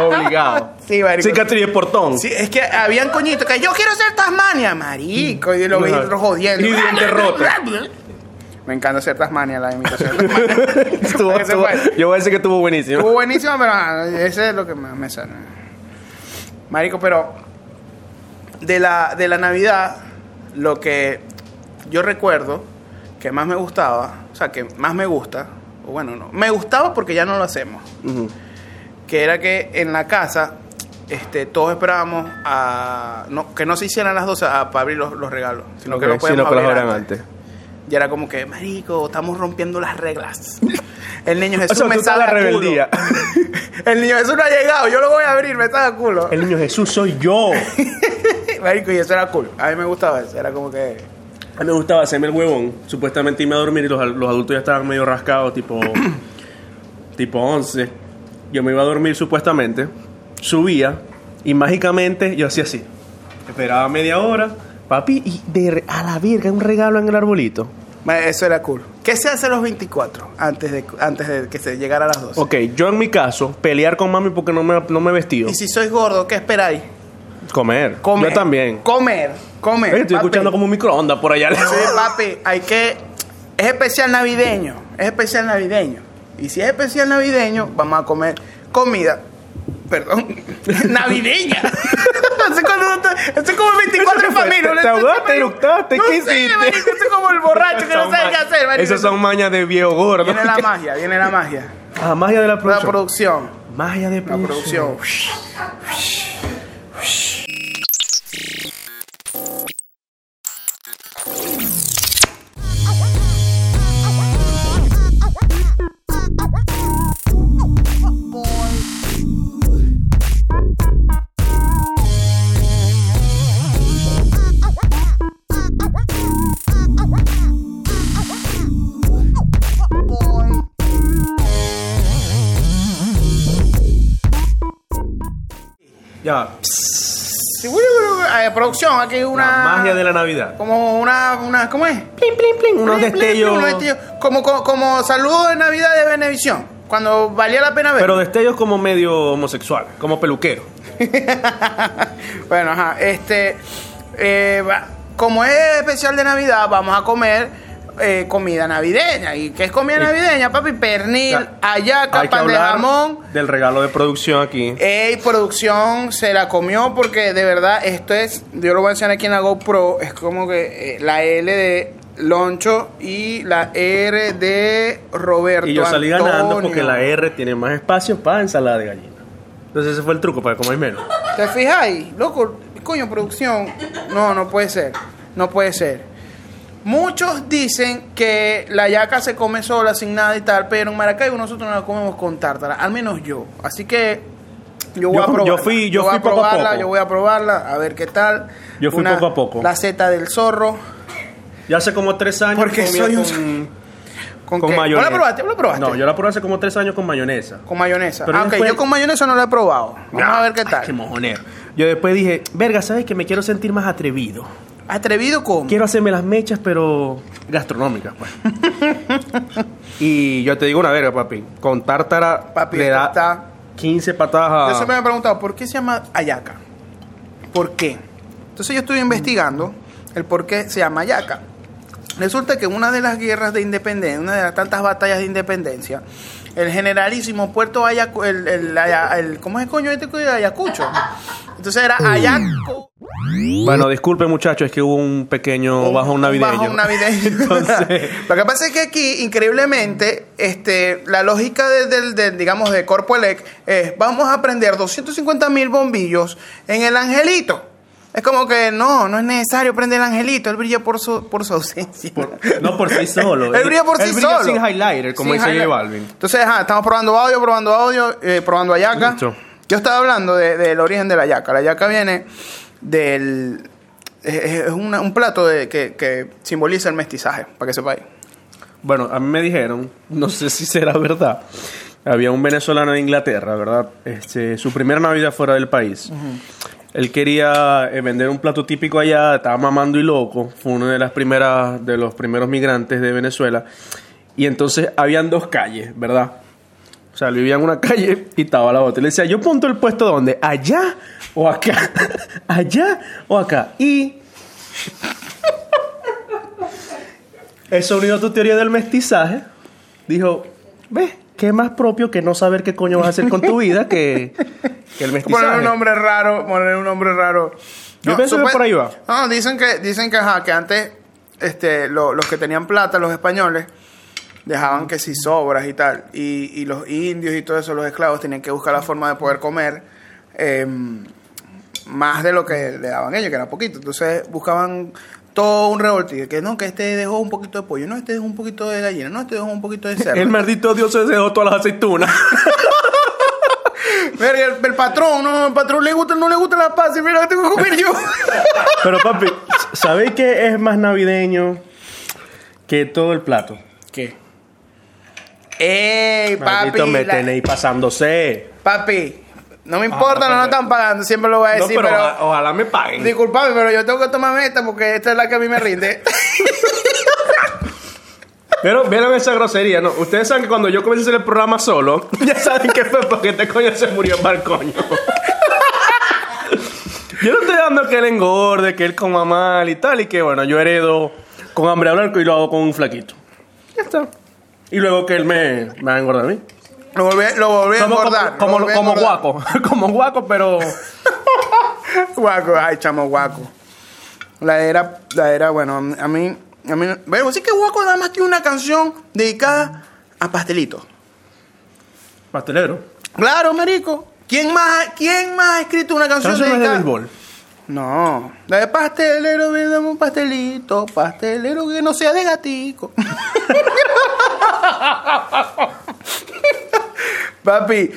[SPEAKER 1] Obligado.
[SPEAKER 2] Sí, marico.
[SPEAKER 1] Cicatriz de portón.
[SPEAKER 2] Sí, es que habían coñitos que yo quiero ser Tasmania, marico, y lo veis
[SPEAKER 1] Ajá.
[SPEAKER 2] jodiendo.
[SPEAKER 1] Y dientes rotos.
[SPEAKER 2] Me encanta ser Tasmania, la imitación. de Tasmania.
[SPEAKER 1] Estuvo-
[SPEAKER 2] Ese
[SPEAKER 1] estuvo-
[SPEAKER 2] fue.
[SPEAKER 1] yo voy a decir que estuvo buenísimo.
[SPEAKER 2] Estuvo buenísimo, "Uh, pero ah, ese es lo que más me sale. Marico, pero de la, de la Navidad, lo que yo recuerdo que más me gustaba, o sea, que más me gusta, o bueno, no, me gustaba porque ya no lo hacemos,
[SPEAKER 1] Ujú.
[SPEAKER 2] que era que en la casa este, todos esperábamos a, no, que no se hicieran las 12 a, para abrir los, los regalos, sino que
[SPEAKER 1] Ok,
[SPEAKER 2] los
[SPEAKER 1] sí,
[SPEAKER 2] podíamos
[SPEAKER 1] que las
[SPEAKER 2] abrir
[SPEAKER 1] abran
[SPEAKER 2] antes.
[SPEAKER 1] antes.
[SPEAKER 2] Y era como que, marico, estamos rompiendo las reglas. El niño Jesús
[SPEAKER 1] O sea,
[SPEAKER 2] me
[SPEAKER 1] tú estás
[SPEAKER 2] saca
[SPEAKER 1] la rebeldía.
[SPEAKER 2] culo. El niño Jesús no ha llegado, yo lo voy a abrir, me saca culo.
[SPEAKER 1] El niño Jesús soy yo.
[SPEAKER 2] Marico, y eso era cool. A mí me gustaba eso, era como que...
[SPEAKER 1] A mí me gustaba hacerme el huevón. Supuestamente irme a dormir y los, los adultos ya estaban medio rascados, tipo, tipo 11. Yo me iba a dormir supuestamente, subía y mágicamente yo hacía así. Esperaba media hora, papi, y de, re- a la verga, un regalo en el arbolito.
[SPEAKER 2] Ma, Eso era cool. ¿Qué se hace a los 24 antes de, antes de que se llegara a las 12?
[SPEAKER 1] Ok, yo en mi caso, pelear con mami porque no me, no me he vestido.
[SPEAKER 2] Y si sois gordo, ¿qué esperáis?
[SPEAKER 1] Comer.
[SPEAKER 2] Comer.
[SPEAKER 1] Yo también.
[SPEAKER 2] Comer, comer.
[SPEAKER 1] Ey, estoy
[SPEAKER 2] papi.
[SPEAKER 1] escuchando como un microondas por allá.
[SPEAKER 2] Sí, papi, hay que... Es especial navideño, es especial navideño. Y si es especial navideño, vamos a comer comida, perdón, navideña. Eso es cuando uno está- eso es como el 24
[SPEAKER 1] Eso
[SPEAKER 2] en
[SPEAKER 1] fue-
[SPEAKER 2] familia.
[SPEAKER 1] te-
[SPEAKER 2] uno
[SPEAKER 1] te
[SPEAKER 2] está-
[SPEAKER 1] ahogaste,
[SPEAKER 2] marico,
[SPEAKER 1] eructaste,
[SPEAKER 2] no
[SPEAKER 1] ¿qué
[SPEAKER 2] sé,
[SPEAKER 1] hiciste?
[SPEAKER 2] marico, eso es como el borracho que no
[SPEAKER 1] Son
[SPEAKER 2] sabe qué
[SPEAKER 1] ma-
[SPEAKER 2] hacer. marico.
[SPEAKER 1] Esas son mañas de viejo gordo.
[SPEAKER 2] Viene la magia, viene la magia.
[SPEAKER 1] Ah, magia de la
[SPEAKER 2] La
[SPEAKER 1] producción.
[SPEAKER 2] producción,
[SPEAKER 1] magia de
[SPEAKER 2] la producción.
[SPEAKER 3] Boy.
[SPEAKER 1] Ya.
[SPEAKER 2] Sí, bueno, bueno, eh, producción, aquí hay una...
[SPEAKER 1] La magia de la Navidad.
[SPEAKER 2] Como una, una ¿cómo es?
[SPEAKER 1] Unos
[SPEAKER 2] Plin, plin, plin,
[SPEAKER 1] destellos.
[SPEAKER 2] unos destellos. Como, como, como saludo de Navidad de Benevisión. Cuando valía la pena ver.
[SPEAKER 1] Pero destellos como medio homosexual, como peluquero.
[SPEAKER 2] bueno, ajá. Este. eh, va- como es especial de Navidad, vamos a comer eh, comida navideña. ¿Y qué es comida
[SPEAKER 1] Sí.
[SPEAKER 2] navideña, papi? Pernil,
[SPEAKER 1] Ya.
[SPEAKER 2] ayaca, pan de jamón.
[SPEAKER 1] del regalo de producción aquí.
[SPEAKER 2] Ey, producción se la comió porque de verdad esto es, yo lo voy a enseñar aquí en la GoPro, es como que eh, la L de Loncho y la R de Roberto.
[SPEAKER 1] Y yo salí ganando porque
[SPEAKER 2] Antonio.
[SPEAKER 1] la R tiene más espacio para ensalada de gallina. Entonces ese fue el truco para que comáis menos.
[SPEAKER 2] ¿Te fijáis? Loco, coño, producción. No, no puede ser. No puede ser. Muchos dicen que la yaca se come sola, sin nada y tal, pero en Maracaibo nosotros no la comemos con tártara, al menos yo. Así que yo voy
[SPEAKER 1] Yo-
[SPEAKER 2] a
[SPEAKER 1] yo
[SPEAKER 2] probarla.
[SPEAKER 1] fui- yo
[SPEAKER 2] voy
[SPEAKER 1] fui
[SPEAKER 2] a
[SPEAKER 1] poco a
[SPEAKER 2] probarla,
[SPEAKER 1] poco.
[SPEAKER 2] yo voy a probarla, a ver qué tal.
[SPEAKER 1] Yo fui poco a poco.
[SPEAKER 2] La seta del zorro.
[SPEAKER 1] Ya hace como tres años
[SPEAKER 2] Porque
[SPEAKER 1] comía
[SPEAKER 2] soy un- ¿Con,
[SPEAKER 1] con, con
[SPEAKER 2] qué?
[SPEAKER 1] mayonesa.
[SPEAKER 2] ¿No la probaste? ¿No la probaste?
[SPEAKER 1] No, yo la probé hace como tres años con mayonesa.
[SPEAKER 2] Con mayonesa.
[SPEAKER 1] Pero
[SPEAKER 2] Ah, ok,
[SPEAKER 1] después-
[SPEAKER 2] yo con mayonesa no la he probado. Vamos a ver qué
[SPEAKER 1] Ay,
[SPEAKER 2] tal.
[SPEAKER 1] qué mojonero. Yo después dije, verga, ¿sabes que Me quiero sentir más atrevido.
[SPEAKER 2] ¿Atrevido con?
[SPEAKER 1] Quiero hacerme las mechas, pero gastronómicas, pues. y yo te digo una verga, papi. Con tártara
[SPEAKER 2] Papi,
[SPEAKER 1] le
[SPEAKER 2] esto
[SPEAKER 1] da
[SPEAKER 2] está-
[SPEAKER 1] 15
[SPEAKER 2] Yo
[SPEAKER 1] patadas
[SPEAKER 2] siempre
[SPEAKER 1] a...
[SPEAKER 2] me he preguntado, ¿por qué se llama ayaca? ¿Por qué? Entonces yo estuve investigando el por qué se llama ayaca. Resulta que en una de las guerras de independencia, una de las tantas batallas de independencia, el generalísimo Puerto Ayacucho, el, el, Aya- el- ¿cómo es el coño este de Ayacucho? Entonces era Ayaco.
[SPEAKER 1] Bueno, disculpe, muchachos, es que hubo un pequeño bajón navideño.
[SPEAKER 2] Un bajón navideño.
[SPEAKER 1] Entonces,
[SPEAKER 2] Lo que pasa es que aquí, increíblemente, este, la lógica de- del, del, digamos, de Corpo Elec es, vamos a prender 250 mil bombillos en el angelito. Es como que no, no es necesario prender el angelito, él brilla por su, por su ausencia.
[SPEAKER 1] no por sí solo.
[SPEAKER 2] Él brilla por
[SPEAKER 1] Él
[SPEAKER 2] sí
[SPEAKER 1] brilla
[SPEAKER 2] solo.
[SPEAKER 1] sin highlighter, como
[SPEAKER 2] Sin
[SPEAKER 1] dice J
[SPEAKER 2] highlight.
[SPEAKER 1] Balvin.
[SPEAKER 2] Entonces, ajá, estamos probando audio, probando audio, eh, probando ayaca.
[SPEAKER 1] Listo.
[SPEAKER 2] Yo estaba hablando de- del origen de la yaca. La yaca viene del. Es es una- un plato de- que, que simboliza el mestizaje, para que sepáis.
[SPEAKER 1] bueno, a mí me dijeron, no sé si será verdad, había un venezolano en Inglaterra, ¿verdad? Este, su primera Navidad fuera del país. Él quería eh, vender un plato típico allá, estaba mamando y loco, fue uno de las primeras de los primeros migrantes de Venezuela. Y entonces habían dos calles, ¿verdad? O sea, él vivía en una calle y estaba la otra. Y le decía, yo punto el puesto donde, allá o acá, allá o acá. Y Eso unido a tu teoría del mestizaje. Dijo, ¿ves? ¿Qué más propio que no saber qué coño vas a hacer con tu vida que, que el mestizaje?
[SPEAKER 2] Poner un nombre raro, poner un nombre raro.
[SPEAKER 1] eh. Yo pienso que
[SPEAKER 2] supe-
[SPEAKER 1] por ahí va.
[SPEAKER 2] No, dicen que, dicen que, ajá, que antes este, lo- los que tenían plata, los españoles, dejaban que si sobras y tal. Y, y los indios y todo eso, los esclavos, tenían que buscar la forma de poder comer eh, más de lo que le daban ellos, que era poquito. Entonces buscaban todo un revoltillo, que no, que este dejó un poquito de pollo, no, este dejó un poquito de gallina, no, este dejó un poquito de cerdo.
[SPEAKER 1] El maldito Dios se dejó todas las aceitunas.
[SPEAKER 2] Verga, el, el patrón, no, el patrón le gusta, no le gusta la paz, y mira, tengo que comer yo.
[SPEAKER 1] Pero papi, ¿sabéis qué es más navideño que todo el plato?
[SPEAKER 2] ¿Qué? ¡Ey, papi!
[SPEAKER 1] Maldito, me
[SPEAKER 2] la-
[SPEAKER 1] tenéis pasándose.
[SPEAKER 2] Papi, no me importa, no nos están pagando, siempre lo voy a
[SPEAKER 1] No,
[SPEAKER 2] decir,
[SPEAKER 1] pero ah,
[SPEAKER 2] pero...
[SPEAKER 1] oja- ojalá me paguen.
[SPEAKER 2] Disculpame, pero yo tengo que tomarme esta porque esta es la que a mí me rinde.
[SPEAKER 1] Pero vieron esa grosería, ¿no? Ustedes saben que cuando yo comencé a hacer el programa solo, ya saben que fue porque este coño se murió para el coño. yo no estoy dando que él engorde, que él coma mal y tal, y que bueno, yo heredo con hambre a blanco y lo hago con un flaquito. Ya está. Y luego que él me, me va a engordar a mí.
[SPEAKER 2] lo volví, lo volví a
[SPEAKER 1] Somos
[SPEAKER 2] engordar.
[SPEAKER 1] como,
[SPEAKER 2] lo
[SPEAKER 1] como,
[SPEAKER 2] volví a
[SPEAKER 1] como
[SPEAKER 2] engordar.
[SPEAKER 1] guaco, como guaco, pero
[SPEAKER 2] Guaco, ay, chamo, guaco. La era, la era, bueno, a mí, a mí, bueno, sí que guaco nada más tiene una canción dedicada a pastelitos.
[SPEAKER 1] pastelero.
[SPEAKER 2] Claro, marico. ¿Quién más, quién más ha escrito una canción
[SPEAKER 1] Canciones de
[SPEAKER 2] dedicada?
[SPEAKER 1] béisbol.
[SPEAKER 2] No, la de pastelero, ven, dame un pastelito, pastelero que no sea de gatico. Papi,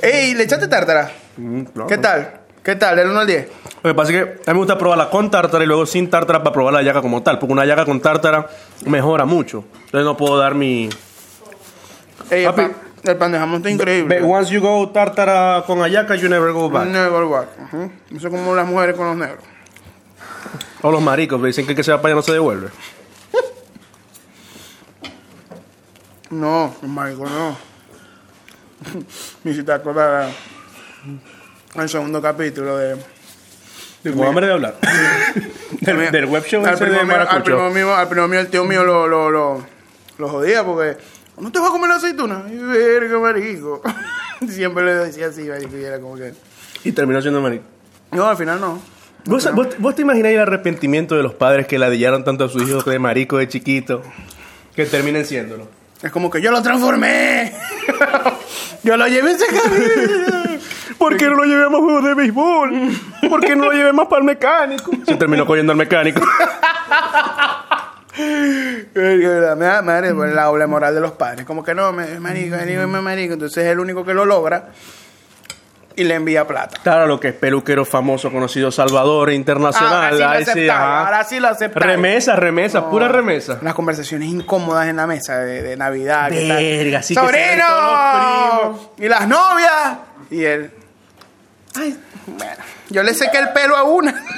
[SPEAKER 2] ey, ¿le echaste tártara?
[SPEAKER 1] Mm, claro.
[SPEAKER 2] ¿Qué tal? ¿Qué tal? Del 1 al 10.
[SPEAKER 1] Lo que pasa es que a mí me gusta probarla con tártara y luego sin tártara para probar la yaca como tal. Porque una yaca con tártara mejora mucho. Entonces no puedo dar mi...
[SPEAKER 2] Ey, el,
[SPEAKER 1] Papi.
[SPEAKER 2] pan, el pan de jamón está increíble.
[SPEAKER 1] But once you go tártara con ayaca, you never go back.
[SPEAKER 2] Never back. Ujú. Eso es como las mujeres con los negros.
[SPEAKER 1] O los maricos, pero dicen que el que se va para allá no se devuelve.
[SPEAKER 2] No, marico, no. Me hiciste acordar a- al segundo capítulo de...
[SPEAKER 1] Tengo hambre de hablar. del, del web show
[SPEAKER 2] al
[SPEAKER 1] ese
[SPEAKER 2] primo
[SPEAKER 1] de
[SPEAKER 2] mío- al primo
[SPEAKER 1] Maracucho.
[SPEAKER 2] mío, al primo mío, el tío mío lo, lo, lo, lo jodía porque no te vas a comer la aceituna. Y, Verga, marico. Siempre le decía así, marico, y era como que.
[SPEAKER 1] Y terminó siendo marico.
[SPEAKER 2] No, al final no.
[SPEAKER 1] ¿Vos, vos, vos te imagináis el arrepentimiento de los padres que ladillaron tanto a sus hijos de marico de chiquito? Que terminen siéndolo.
[SPEAKER 2] Es como que yo lo transformé. yo lo llevé ese camino.
[SPEAKER 1] ¿Por qué no lo llevamos a juegos de béisbol? ¿Por qué no lo llevemos para el mecánico? Se terminó cogiendo al mecánico.
[SPEAKER 2] Verga, me da madre, pues, la doble moral de los padres. Como que no, me- marico, marico, marico. Entonces es el único que lo logra y le envía plata.
[SPEAKER 1] Claro, lo que es peluquero famoso, conocido Salvador Internacional.
[SPEAKER 2] Ah, ahora sí lo
[SPEAKER 1] ahí
[SPEAKER 2] aceptaron,
[SPEAKER 1] ajá.
[SPEAKER 2] ahora sí lo aceptaron.
[SPEAKER 1] Remesa, remesa, pura remesa.
[SPEAKER 2] Las conversaciones incómodas en la mesa de, de Navidad. ¿qué tal?
[SPEAKER 1] Verga, sí que se ven todos los
[SPEAKER 2] ¡Sobrino! Y las novias. Y él. Ay, bueno. Yo le sequé el pelo a una.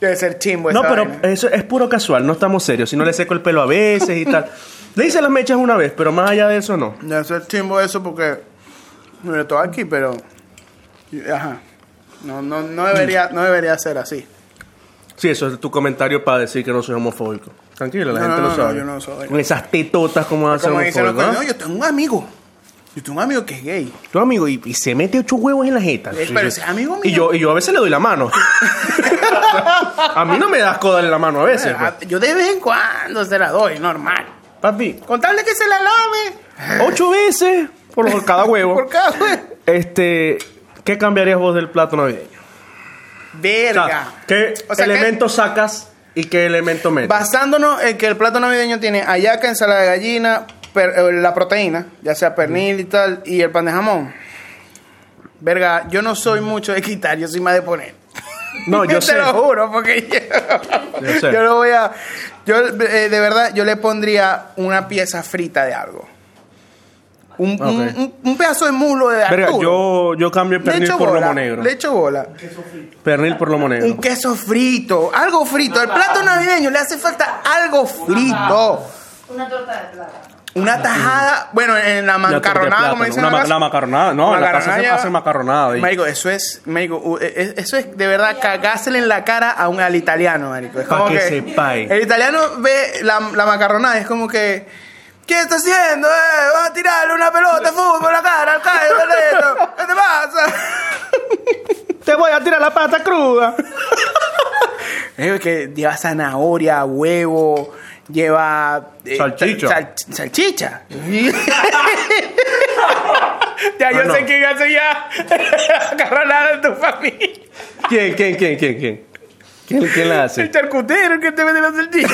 [SPEAKER 2] Debe ser chimbo
[SPEAKER 1] No,
[SPEAKER 2] esa
[SPEAKER 1] pero
[SPEAKER 2] vaina.
[SPEAKER 1] eso es puro casual, no estamos serios. Si no le seco el pelo a veces y tal. Le hice las mechas una vez, pero más allá de eso no.
[SPEAKER 2] Debe ser chimbo eso porque. Mira, todo aquí, pero. Ajá. No, no, no, debería, no debería ser así.
[SPEAKER 1] Sí, eso es tu comentario para decir que no soy homofóbico. Tranquilo,
[SPEAKER 2] No,
[SPEAKER 1] la
[SPEAKER 2] no,
[SPEAKER 1] gente lo
[SPEAKER 2] no, no,
[SPEAKER 1] sabe.
[SPEAKER 2] yo no soy.
[SPEAKER 1] Con esas tetotas como vas a ser
[SPEAKER 2] Como dicen los
[SPEAKER 1] homofóbico.
[SPEAKER 2] coños, no,
[SPEAKER 1] ¿ah?
[SPEAKER 2] yo tengo un amigo. Yo tengo un amigo que es gay.
[SPEAKER 1] Tu amigo, y, y se mete ocho huevos en la jeta.
[SPEAKER 2] Eh, pero ese es amigo
[SPEAKER 1] Y
[SPEAKER 2] mío.
[SPEAKER 1] yo, y yo a veces le doy la mano. a mí no me das coda en la mano a veces. pues.
[SPEAKER 2] Ah, Yo de vez en cuando se la doy, normal.
[SPEAKER 1] Papi,
[SPEAKER 2] Con tal de que se la lave.
[SPEAKER 1] ocho veces por lo- cada huevo.
[SPEAKER 2] Por cada vez.
[SPEAKER 1] Este, ¿qué cambiarías vos del plato navideño? O
[SPEAKER 2] Verga.
[SPEAKER 1] sea, ¿qué
[SPEAKER 2] O sea, que-
[SPEAKER 1] elemento sacas y qué elemento metes?
[SPEAKER 2] Basándonos en que el plato navideño tiene ayaca, ensalada de gallina, per- eh, la proteína, ya sea pernil y tal, y el pan de jamón. Verga, yo no soy mucho de quitar, yo soy más de poner.
[SPEAKER 1] No, yo
[SPEAKER 2] te
[SPEAKER 1] sé.
[SPEAKER 2] lo juro, porque yo,
[SPEAKER 1] Yo sé.
[SPEAKER 2] yo no voy a. Yo, eh, de verdad, yo le pondría una pieza frita de algo. Un, un-
[SPEAKER 1] Ok.
[SPEAKER 2] un- un pedazo de muslo de
[SPEAKER 1] Verga,
[SPEAKER 2] Arturo.
[SPEAKER 1] yo, yo cambio el
[SPEAKER 2] le
[SPEAKER 1] pernil
[SPEAKER 2] echo
[SPEAKER 1] por
[SPEAKER 2] bola.
[SPEAKER 1] lomo negro.
[SPEAKER 2] Le echo bola.
[SPEAKER 1] Pernil por lomo negro.
[SPEAKER 2] Un queso frito. Algo frito. El plato navideño le hace falta algo frito.
[SPEAKER 4] Una torta de plátano.
[SPEAKER 2] Una tajada. Bueno, en la
[SPEAKER 1] Una torta de
[SPEAKER 2] macarronada, como
[SPEAKER 1] plátano.
[SPEAKER 2] dicen.
[SPEAKER 1] Una
[SPEAKER 2] en la
[SPEAKER 1] ma-
[SPEAKER 2] casa.
[SPEAKER 1] la macarronada. No, en la casa se
[SPEAKER 2] Macarronada.
[SPEAKER 1] hace macarronada. ahí.
[SPEAKER 2] Marico, eso es, marico, u- e- e- eso es de verdad cagársele en la cara a un, al italiano, marico. Es
[SPEAKER 1] Pa'
[SPEAKER 2] como
[SPEAKER 1] que sepa, eh.
[SPEAKER 2] El italiano ve la, la macarronada, es como que, ¿qué está haciendo? Eh? Vas a tirarle una pelota de fútbol a la cara, al callo, Benedetto. ¿qué te pasa?
[SPEAKER 1] Te voy a tirar la pata cruda.
[SPEAKER 2] Marico, es que lleva zanahoria, huevo, lleva... eh,
[SPEAKER 1] Salchicha.
[SPEAKER 2] sal- salchicha. ya, yo
[SPEAKER 1] Ah, no.
[SPEAKER 2] sé quién hace ya la macarronada de tu familia.
[SPEAKER 1] ¿Quién, quién, quién, quién, quién? ¿Quién, quién la hace?
[SPEAKER 2] El charcutero, el que te vende la salchicha.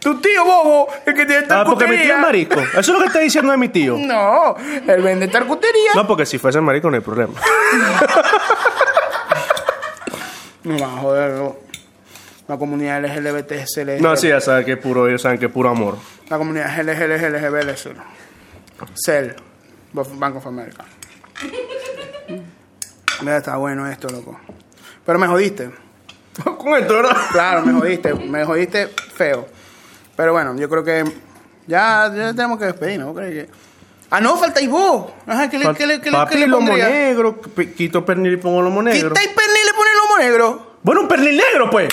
[SPEAKER 2] tu tío bobo, el que tiene
[SPEAKER 1] Ah,
[SPEAKER 2] charcutería.
[SPEAKER 1] porque mi tío es marico. Eso es lo que está diciendo de mi tío.
[SPEAKER 2] No, él vende charcutería.
[SPEAKER 1] No, porque si fuese marico no hay problema.
[SPEAKER 2] No, va, joder, no. La comunidad LGBT es el-
[SPEAKER 1] No, sí, ya saben que es puro, ellos saben que es puro amor.
[SPEAKER 2] La comunidad LGBT es uno. Cel, Banco of America. Mira, está bueno esto, loco. Pero me jodiste.
[SPEAKER 1] Con esto, ¿verdad?
[SPEAKER 2] Claro, me jodiste, me jodiste feo. Pero bueno, yo creo que ya, ya tenemos que despedirnos. ¿vos crees que- Ah, no, faltáis vos. Ajá, ¿qué le, qué le, qué le,
[SPEAKER 1] Papi,
[SPEAKER 2] qué le
[SPEAKER 1] lomo
[SPEAKER 2] pondría?
[SPEAKER 1] negro. p- Quito pernil y pongo lomo negro.
[SPEAKER 2] Quitáis pernil y le ponéis lomo negro.
[SPEAKER 1] Bueno, un pernil negro, pues.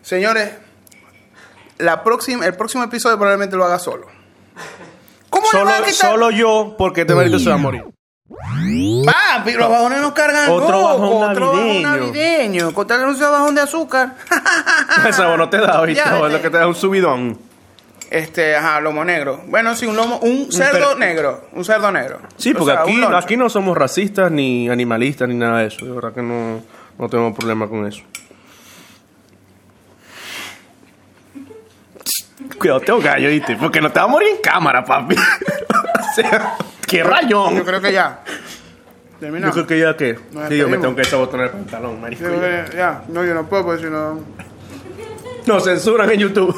[SPEAKER 2] Señores, la próxima, el próximo episodio probablemente lo haga solo. ¿Cómo
[SPEAKER 1] Solo,
[SPEAKER 2] le vas a quitar?
[SPEAKER 1] solo yo, porque este marico se va a morir.
[SPEAKER 2] Papi, los bajones nos cargan
[SPEAKER 1] Otro
[SPEAKER 2] loco,
[SPEAKER 1] bajón
[SPEAKER 2] otro bajón
[SPEAKER 1] navideño.
[SPEAKER 2] navideño. Contar que no sea bajón de azúcar.
[SPEAKER 1] Esa bueno te da, ¿viste?
[SPEAKER 2] Ya,
[SPEAKER 1] Es lo
[SPEAKER 2] vete.
[SPEAKER 1] que te da un subidón.
[SPEAKER 2] Este, ajá, lomo negro. Bueno, sí, un lomo, un cerdo
[SPEAKER 1] per-
[SPEAKER 2] negro, un cerdo negro.
[SPEAKER 1] Sí,
[SPEAKER 2] O
[SPEAKER 1] porque
[SPEAKER 2] sea, un
[SPEAKER 1] aquí,
[SPEAKER 2] loncho.
[SPEAKER 1] aquí no somos racistas, ni animalistas, ni nada de eso. De verdad que no, no tengo problema con eso. Cuidado, tengo gallo, ¿viste? Porque no te vas a morir en cámara, papi. o sea, ¡qué rayón!
[SPEAKER 2] Yo creo que ya.
[SPEAKER 1] Yo
[SPEAKER 2] Terminamos.
[SPEAKER 1] creo que ya que.
[SPEAKER 2] Nos
[SPEAKER 1] Sí, yo me
[SPEAKER 2] despedimos.
[SPEAKER 1] tengo que desabotonar el pantalón, marico.
[SPEAKER 2] Yo creo que ya. No, yo no puedo porque si no.
[SPEAKER 1] Nos censuran en YouTube.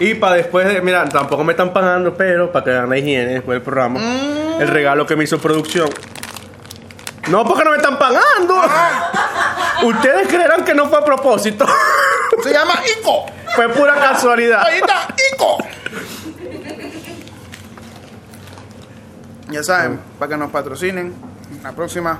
[SPEAKER 1] Y para después de, mira, tampoco me están pagando, pero para que vean la higiene después del programa,
[SPEAKER 2] Mm.
[SPEAKER 1] el regalo que me hizo producción. No, porque no me están pagando. Ustedes creerán que no fue a propósito.
[SPEAKER 2] Se llama Ico.
[SPEAKER 1] fue pura casualidad.
[SPEAKER 2] Ahí está, Ico. Ya saben, para que nos patrocinen. La próxima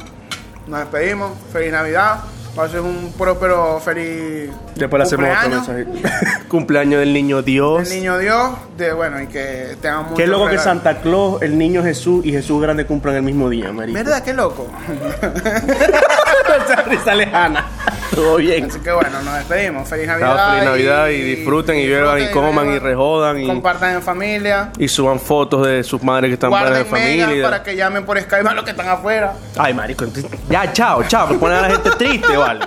[SPEAKER 2] nos despedimos. Feliz Navidad. Va a ser un próspero feliz.
[SPEAKER 1] Después le hacemos otro
[SPEAKER 2] cumpleaños.
[SPEAKER 1] mensaje. Cumpleaños del niño Dios.
[SPEAKER 2] El niño Dios, de bueno, y que tengan mucho
[SPEAKER 1] Qué loco que
[SPEAKER 2] regalo.
[SPEAKER 1] Santa Claus, el niño Jesús y Jesús Grande cumplan el mismo día, marico.
[SPEAKER 2] ¿Verdad? Qué loco.
[SPEAKER 1] Esa risa lejana. Todo bien.
[SPEAKER 2] Así que bueno, nos despedimos. Feliz Navidad.
[SPEAKER 1] Claro, feliz Navidad y disfruten y beban y coman y rejodan y-
[SPEAKER 2] Compartan en familia.
[SPEAKER 1] Y suban fotos de sus madres que están fuera de
[SPEAKER 2] Guarden
[SPEAKER 1] familia.
[SPEAKER 2] megas para que llamen por Skype a los que están afuera.
[SPEAKER 1] pues Ay, marico. entonces- Ya, chao, chao. Me ponen a la gente triste, vale.